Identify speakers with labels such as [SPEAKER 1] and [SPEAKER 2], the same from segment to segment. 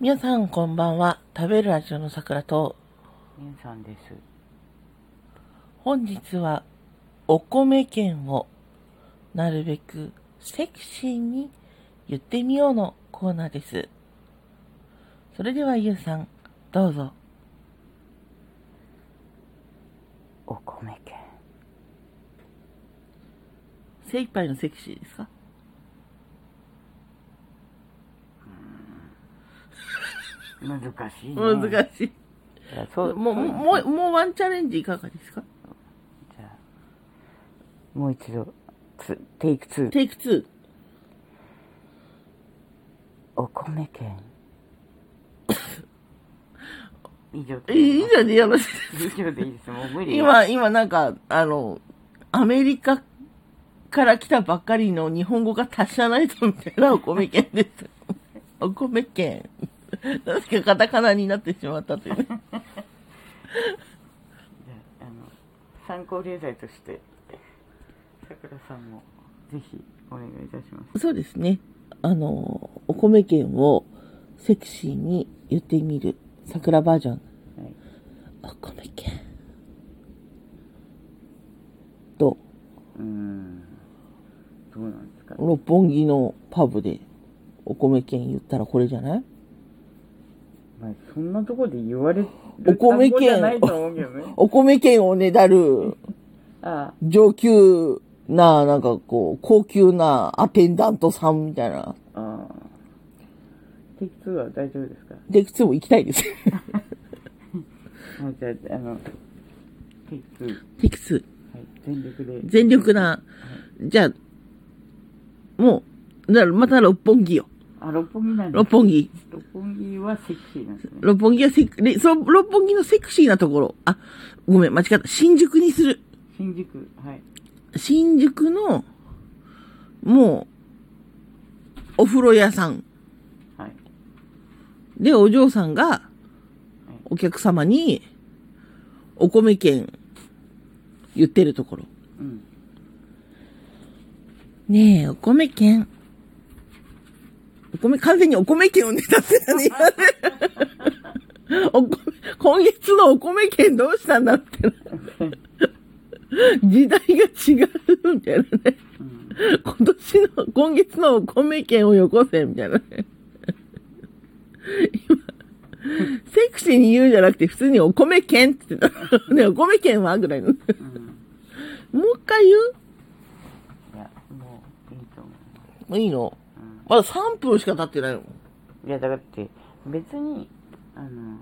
[SPEAKER 1] 皆さんこんばんは。食べるラジオの桜と、
[SPEAKER 2] みゆさんです。
[SPEAKER 1] 本日はお米券をなるべくセクシーに言ってみようのコーナーです。それではゆうさん、どうぞ。
[SPEAKER 2] お米券。
[SPEAKER 1] 精一杯のセクシーですか
[SPEAKER 2] 難しい、ね。
[SPEAKER 1] 難
[SPEAKER 2] い
[SPEAKER 1] しい。
[SPEAKER 2] や。そう、
[SPEAKER 1] もう、
[SPEAKER 2] そう
[SPEAKER 1] もう、もうワンチャレンジいかがですか
[SPEAKER 2] じゃあもう一度、つテイク2。
[SPEAKER 1] テイク2。
[SPEAKER 2] お米券。以上
[SPEAKER 1] え
[SPEAKER 2] でいい
[SPEAKER 1] 以上でよろしいです
[SPEAKER 2] 以上でいいです。もう無理。、
[SPEAKER 1] 今、今なんか、あの、アメリカから来たばっかりの日本語が達者ないとみたいなお米券 です。お米券。なぜかカタカナになってしまったというね。
[SPEAKER 2] じゃああの参考例題として、さくらさんもぜひお願いいたします。
[SPEAKER 1] そうですね。あの、お米券をセクシーに言ってみる。桜バージョン。
[SPEAKER 2] はい。
[SPEAKER 1] お米券。と、
[SPEAKER 2] うーん。どうなんですかね。
[SPEAKER 1] 六本木のパブでお米券言ったらこれじゃない
[SPEAKER 2] まあ、そんなところで言われる
[SPEAKER 1] お米券
[SPEAKER 2] 単語じゃないと思うけどね。
[SPEAKER 1] お米券をねだる
[SPEAKER 2] ああ。
[SPEAKER 1] 上級な、なんかこう、高級なアテンダントさんみたいな。
[SPEAKER 2] ああ。テイク2は大丈夫ですか
[SPEAKER 1] で、靴も行きたい です。
[SPEAKER 2] はい、じゃあ、あの、テイク2、は
[SPEAKER 1] テクス、
[SPEAKER 2] い、全力で。
[SPEAKER 1] 全力な、じゃあ、もう、だからまた六本木よ。
[SPEAKER 2] あ、六本木なんだ
[SPEAKER 1] 六。本木。
[SPEAKER 2] 六本木はセクシーなんですね。
[SPEAKER 1] 六本木はセク、でその六本木のセクシーなところ。あ、ごめん、間違った。新宿にする。
[SPEAKER 2] 新宿、はい。
[SPEAKER 1] 新宿の、もう、お風呂屋さん。
[SPEAKER 2] はい。
[SPEAKER 1] で、お嬢さんが、お客様に、お米券、言ってるところ。
[SPEAKER 2] うん。
[SPEAKER 1] ねえ、お米券。お米、完全にお米券をねだってたね、今ねお米今月のお米券どうしたんだってな。時代が違う、みたいなね。
[SPEAKER 2] うん。
[SPEAKER 1] 今年の、今月のお米券をよこせ、みたいなね。今、セクシーに言うんじゃなくて、普通にお米券って言ってた。ね、お米券はぐらいの。もう
[SPEAKER 2] うん。
[SPEAKER 1] 一回言
[SPEAKER 2] いや、もう、いいと思
[SPEAKER 1] ういいの
[SPEAKER 2] う。
[SPEAKER 1] まだ3分しか経ってないの。
[SPEAKER 2] うん。いや、だって、別に、あの、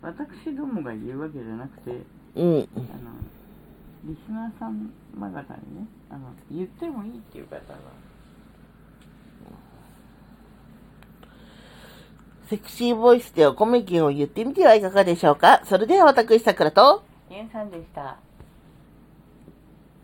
[SPEAKER 2] 私どもが言うわけじゃなくて、
[SPEAKER 1] うん。
[SPEAKER 2] あの、リスナーさん、まだにね、あの、言ってもいいっていう方は、
[SPEAKER 1] セクシーボイスでお米券を言ってみてはいかがでしょうかそれでは私、桜と、
[SPEAKER 2] ゲンさんでした。